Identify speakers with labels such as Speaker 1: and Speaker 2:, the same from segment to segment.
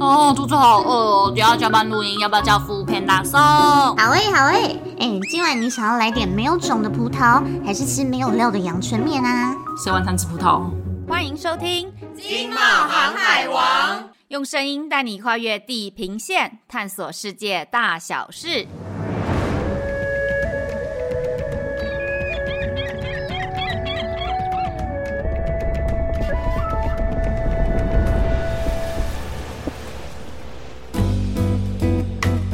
Speaker 1: 哦，肚子好饿哦，等一下加班录音，要不要叫服务 Panda 送？
Speaker 2: 好诶，好诶，哎，今晚你想要来点没有种的葡萄，还是吃没有料的阳春面啊？
Speaker 1: 谁晚餐吃葡萄？
Speaker 3: 欢迎收听《
Speaker 4: 金茂航海王》，
Speaker 3: 用声音带你跨越地平线，探索世界大小事。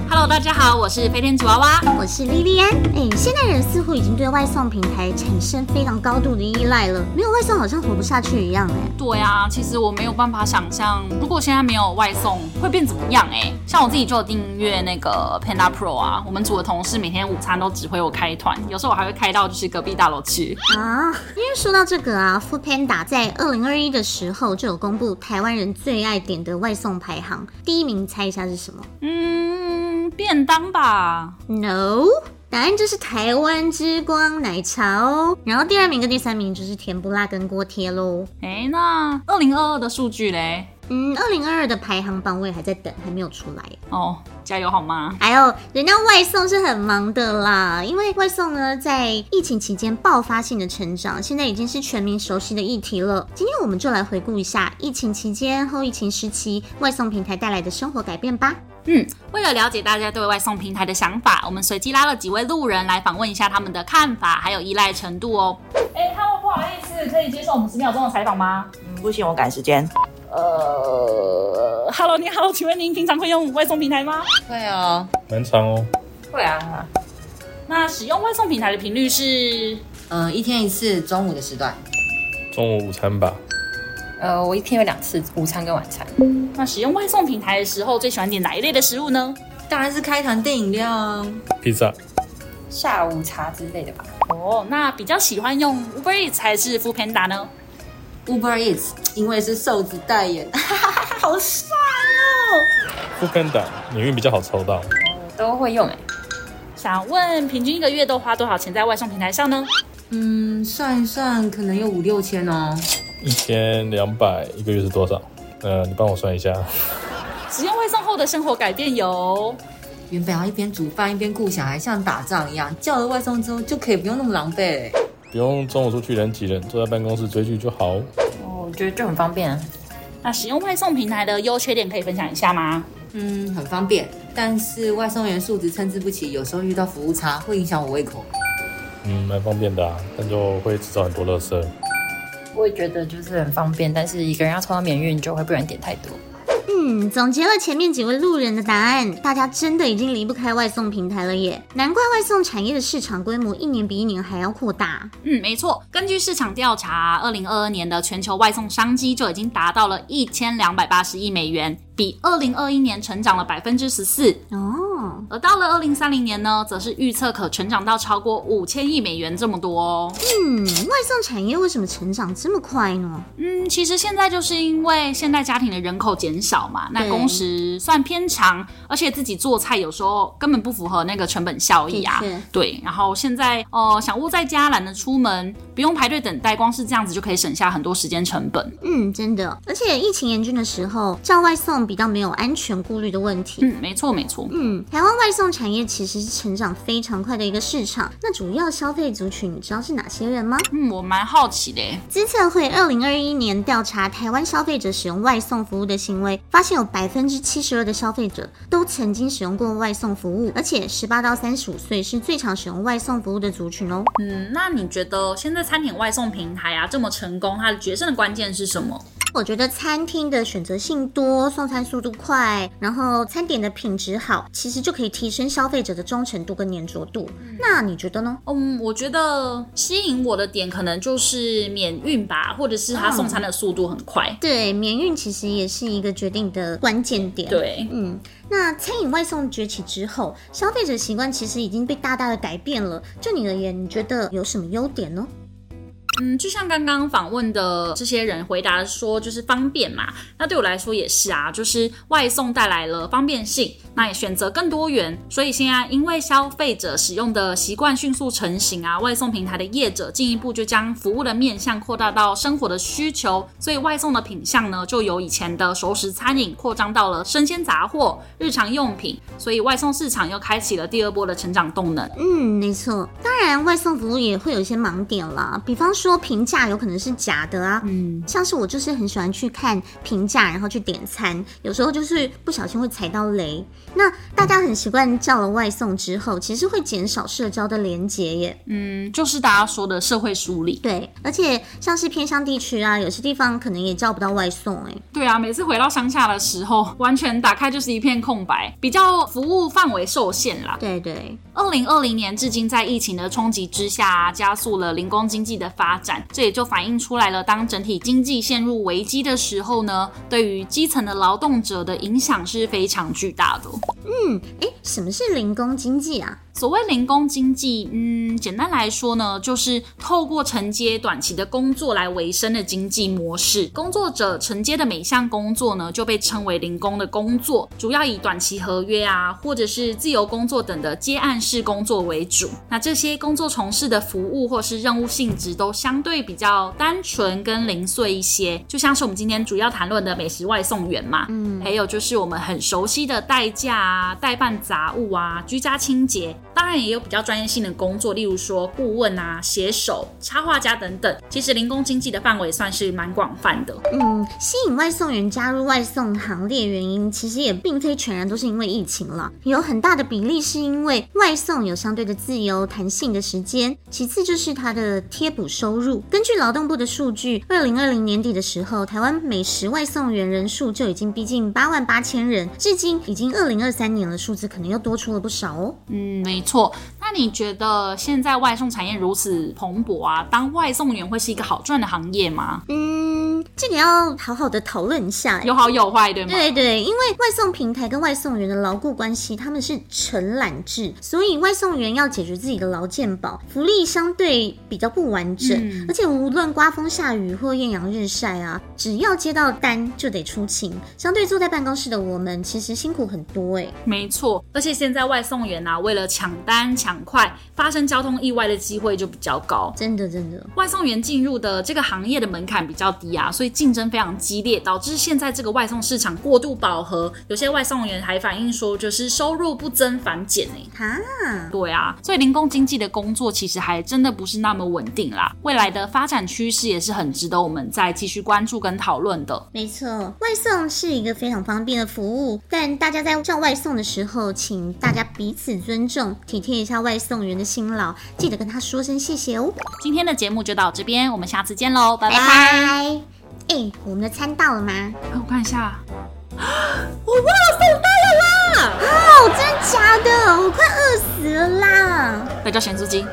Speaker 1: Hello，大家好，我是飞天吉娃娃。
Speaker 2: 我是莉莉安。哎，现代人似乎已经对外送平台产生非常高度的依赖了，没有外送好像活不下去一样哎。
Speaker 1: 对啊，其实我没有办法想象，如果现在没有外送会变怎么样哎、像我自己就有订阅那个 Panda Pro 啊，我们组的同事每天午餐都指挥我开团，有时候我还会开到就是隔壁大楼去。
Speaker 2: 啊，因为说到这个啊，Food Panda 在二零二一的时候就有公布台湾人最爱点的外送排行，第一名猜一下是什么
Speaker 1: 嗯，便当吧。
Speaker 2: ？No，答案就是台湾之光奶茶哦。然后第二名跟第三名就是甜不辣跟锅贴喽。
Speaker 1: 哎、那二零二二的数据嘞？
Speaker 2: 嗯，二零二二的排行榜我也还在等，还没有出来。
Speaker 1: 哦，加油好吗？
Speaker 2: 还有，人家外送是很忙的啦，因为外送呢在疫情期间爆发性的成长，现在已经是全民熟悉的议题了。今天我们就来回顾一下疫情期间、后疫情时期外送平台带来的生活改变吧。
Speaker 1: 嗯，为了了解大家对外送平台的想法，我们随机拉了几位路人来访问一下他们的看法，还有依赖程度哦。哎、他们不好意思，可以接受我们十秒钟的采访吗？
Speaker 4: 嗯，不行，我赶时间。
Speaker 1: 呃，Hello，你好，请问您平常会用外送平台吗？
Speaker 4: 会
Speaker 5: 啊
Speaker 4: 哦，
Speaker 6: 蛮长哦，
Speaker 4: 会啊。
Speaker 1: 那使用外送平台的频率是？
Speaker 5: 嗯、一天一次，中午的时段。
Speaker 6: 中午午餐吧，
Speaker 5: 呃，我一天有两次，午餐跟晚餐。
Speaker 1: 那使用外送平台的时候，最喜欢点哪一类的食物呢？
Speaker 5: 当然是开团订饮料啊，
Speaker 6: 披萨、
Speaker 5: 下午茶之类的吧。
Speaker 1: 哦，那比较喜欢用 Uber Eats 还是 Food Panda 呢？
Speaker 5: Uber Eats，因为是瘦子代言，好帅
Speaker 6: 不跟打，你运比较好抽到，
Speaker 5: 哦！都会
Speaker 7: 欸
Speaker 5: 用哎、
Speaker 1: 想问平均一个月都花多少钱在外送平台上呢？
Speaker 5: 嗯，算一算，可能有五六千哦。
Speaker 6: 一千两百一个月是多少？呃，你帮我算一下，
Speaker 1: 使用外送后的生活改变有？
Speaker 5: 原本要一边煮饭一边顾小孩，像打仗一样。叫了外送之后，就可以不用那么狼狈嘞、
Speaker 6: 不用中午出去人挤人，坐在办公室追剧就好。
Speaker 5: 哦，我觉得就很方便、啊。
Speaker 1: 那使用外送平台的优缺点可以分享一下吗？
Speaker 5: 嗯，很方便，但是外送员素质参差不齐，有时候遇到服务差，会影响我胃口。
Speaker 6: 嗯，蛮方便的啊，但就会制造很多垃圾。
Speaker 7: 我也觉得就是很方便，但是一个人要抽到免运就会不然点太多。
Speaker 2: 嗯，总结了前面几位路人的答案，大家真的已经离不开外送平台了耶！难怪外送产业的市场规模一年比一年还要扩大。
Speaker 1: 嗯，没错。根据市场调查，二零二二年的全球外送商机就已经达到了一千两百八十亿美元，比二零二一年成长了百分之十四。
Speaker 2: 哦，
Speaker 1: 而到了二零三零年呢，则是预测可成长到超过五千亿美元这么多哦。
Speaker 2: 嗯，外送产业为什么成长这么快呢？
Speaker 1: 嗯，其实现在就是因为现代家庭的人口减少嘛，那
Speaker 2: 对
Speaker 1: 工时算偏长，而且自己做菜有时候根本不符合那个成本效益啊
Speaker 2: 的确。
Speaker 1: 对，然后现在呃，想窝在家懒得出门，不用排队等待，光是这样子就可以省下很多时间成本。
Speaker 2: 嗯，真的，而且疫情严峻的时候，叫外送比较没有安全顾虑的问题。
Speaker 1: 嗯，没错没错。
Speaker 2: 嗯，台湾外送产业其实是成长非常快的一个市场。那主要消费族群，你知道是哪些人吗？
Speaker 1: 嗯，我蛮好奇的耶。
Speaker 2: 资策会二零二一年调查台湾消费者使用外送服务的行为，发现有百分之七十二的消费者都曾经使用过外送服务，而且十八到三十五岁是最常使用外送服务的族群哦。
Speaker 1: 嗯，那你觉得现在餐点外送平台啊这么成功，它的决胜的关键是什么？
Speaker 2: 我觉得餐厅的选择性多，送餐速度快，然后餐点的品质好，其实就可以提升消费者的忠诚度跟粘着度。那你觉得呢？
Speaker 1: 嗯，我觉得吸引我的点可能就是免运吧，或者是它送餐的速度很快。
Speaker 2: 对，免运其实也是一个决定的关键点。，
Speaker 1: 对，
Speaker 2: 嗯，那餐饮外送崛起之后，消费者习惯其实已经被大大的改变了。就你而言，你觉得有什么优点呢？
Speaker 1: 嗯，就像刚刚访问的这些人回答说，就是方便嘛。那对我来说也是啊，就是外送带来了方便性，那也选择更多元。所以现在因为消费者使用的习惯迅速成型啊，外送平台的业者进一步就将服务的面向扩大到生活的需求，所以外送的品项呢，就由以前的熟食餐饮扩张到了生鲜杂货、日常用品，所以外送市场又开启了第二波的成长动能。
Speaker 2: 嗯，没错。当然，外送服务也会有一些盲点啦，比方说评价有可能是假的啊。
Speaker 1: 嗯，
Speaker 2: 像是我就是很喜欢去看评价，然后去点餐，有时候就是不小心会踩到雷。那大家很习惯叫了外送之后，其实会减少社交的连结耶。
Speaker 1: 嗯，就是大家说的社会梳理。
Speaker 2: 对，而且像是偏乡地区啊，有些地方可能也叫不到外送哎。
Speaker 1: 对啊，每次回到乡下的时候，完全打开就是一片空白，比较服务范围受限啦。
Speaker 2: 对对，
Speaker 1: 二零二零年至今，在疫情的冲击之下、加速了零工经济的发展，这也就反映出来了。当整体经济陷入危机的时候呢，对于基层的劳动者的影响是非常巨大的。哦
Speaker 2: 嗯，哎，什么是零工经济啊？
Speaker 1: 所谓零工经济，嗯，简单来说呢，就是透过承接短期的工作来维生的经济模式。工作者承接的每项工作呢，就被称为零工的工作，主要以短期合约啊，或者是自由工作等的接案式工作为主。那这些工作从事的服务或是任务性质都相对比较单纯跟零碎一些，就像是我们今天主要谈论的美食外送员嘛，
Speaker 2: 嗯，
Speaker 1: 还有就是我们很熟悉的代驾啊、代办杂物啊、居家清洁，当然也有比较专业性的工作，例如说顾问啊、写手、插画家等等。其实零工经济的范围算是蛮广泛的。
Speaker 2: 嗯，吸引外送员加入外送行列原因，其实也并非全然都是因为疫情了，有很大的比例是因为外送有相对的自由弹性的时间，其次就是它的贴补收入。根据劳动部的数据，二零二零年底的时候，台湾每十外送员人数就已经逼近八万八千人，至今已经二零二三年了，数字可能又多出了不少哦。
Speaker 1: 嗯，没错。那你觉得现在外送产业如此蓬勃啊，当外送员会是一个好赚的行业吗？
Speaker 2: 嗯，这个要好好的讨论一下。
Speaker 1: 有好有坏，对吗？
Speaker 2: 对对，因为外送平台跟外送员的牢固关系，他们是承揽制，所以外送员要解决自己的劳健保，福利相对比较不完整，
Speaker 1: 嗯
Speaker 2: 而且无论刮风下雨或艳阳日晒啊，只要接到单就得出勤。相对坐在办公室的我们，其实辛苦很多哎、
Speaker 1: 没错，而且现在外送员啊，为了抢单抢快，发生交通意外的机会就比较高。
Speaker 2: 真的真的，
Speaker 1: 外送员进入的这个行业的门槛比较低啊，所以竞争非常激烈，导致现在这个外送市场过度饱和。有些外送员还反映说，就是收入不增反减哎、
Speaker 2: 哈，
Speaker 1: 对啊，所以零工经济的工作其实还真的不是那么稳定啦，未来的发展趋势也是很值得我们再继续关注跟讨论的。
Speaker 2: 没错，外送是一个非常方便的服务，但大家在叫外送的时候，请大家彼此尊重，体贴一下外送员的辛劳，记得跟他说声谢谢哦。
Speaker 1: 今天的节目就到这边，我们下次见喽，拜
Speaker 2: 拜
Speaker 1: 拜。哎
Speaker 2: 拜。哎、我们的餐到了吗？
Speaker 1: 我看一下，
Speaker 2: 哦，真的假的？我快饿死了啦！
Speaker 1: 那叫咸酥鸡。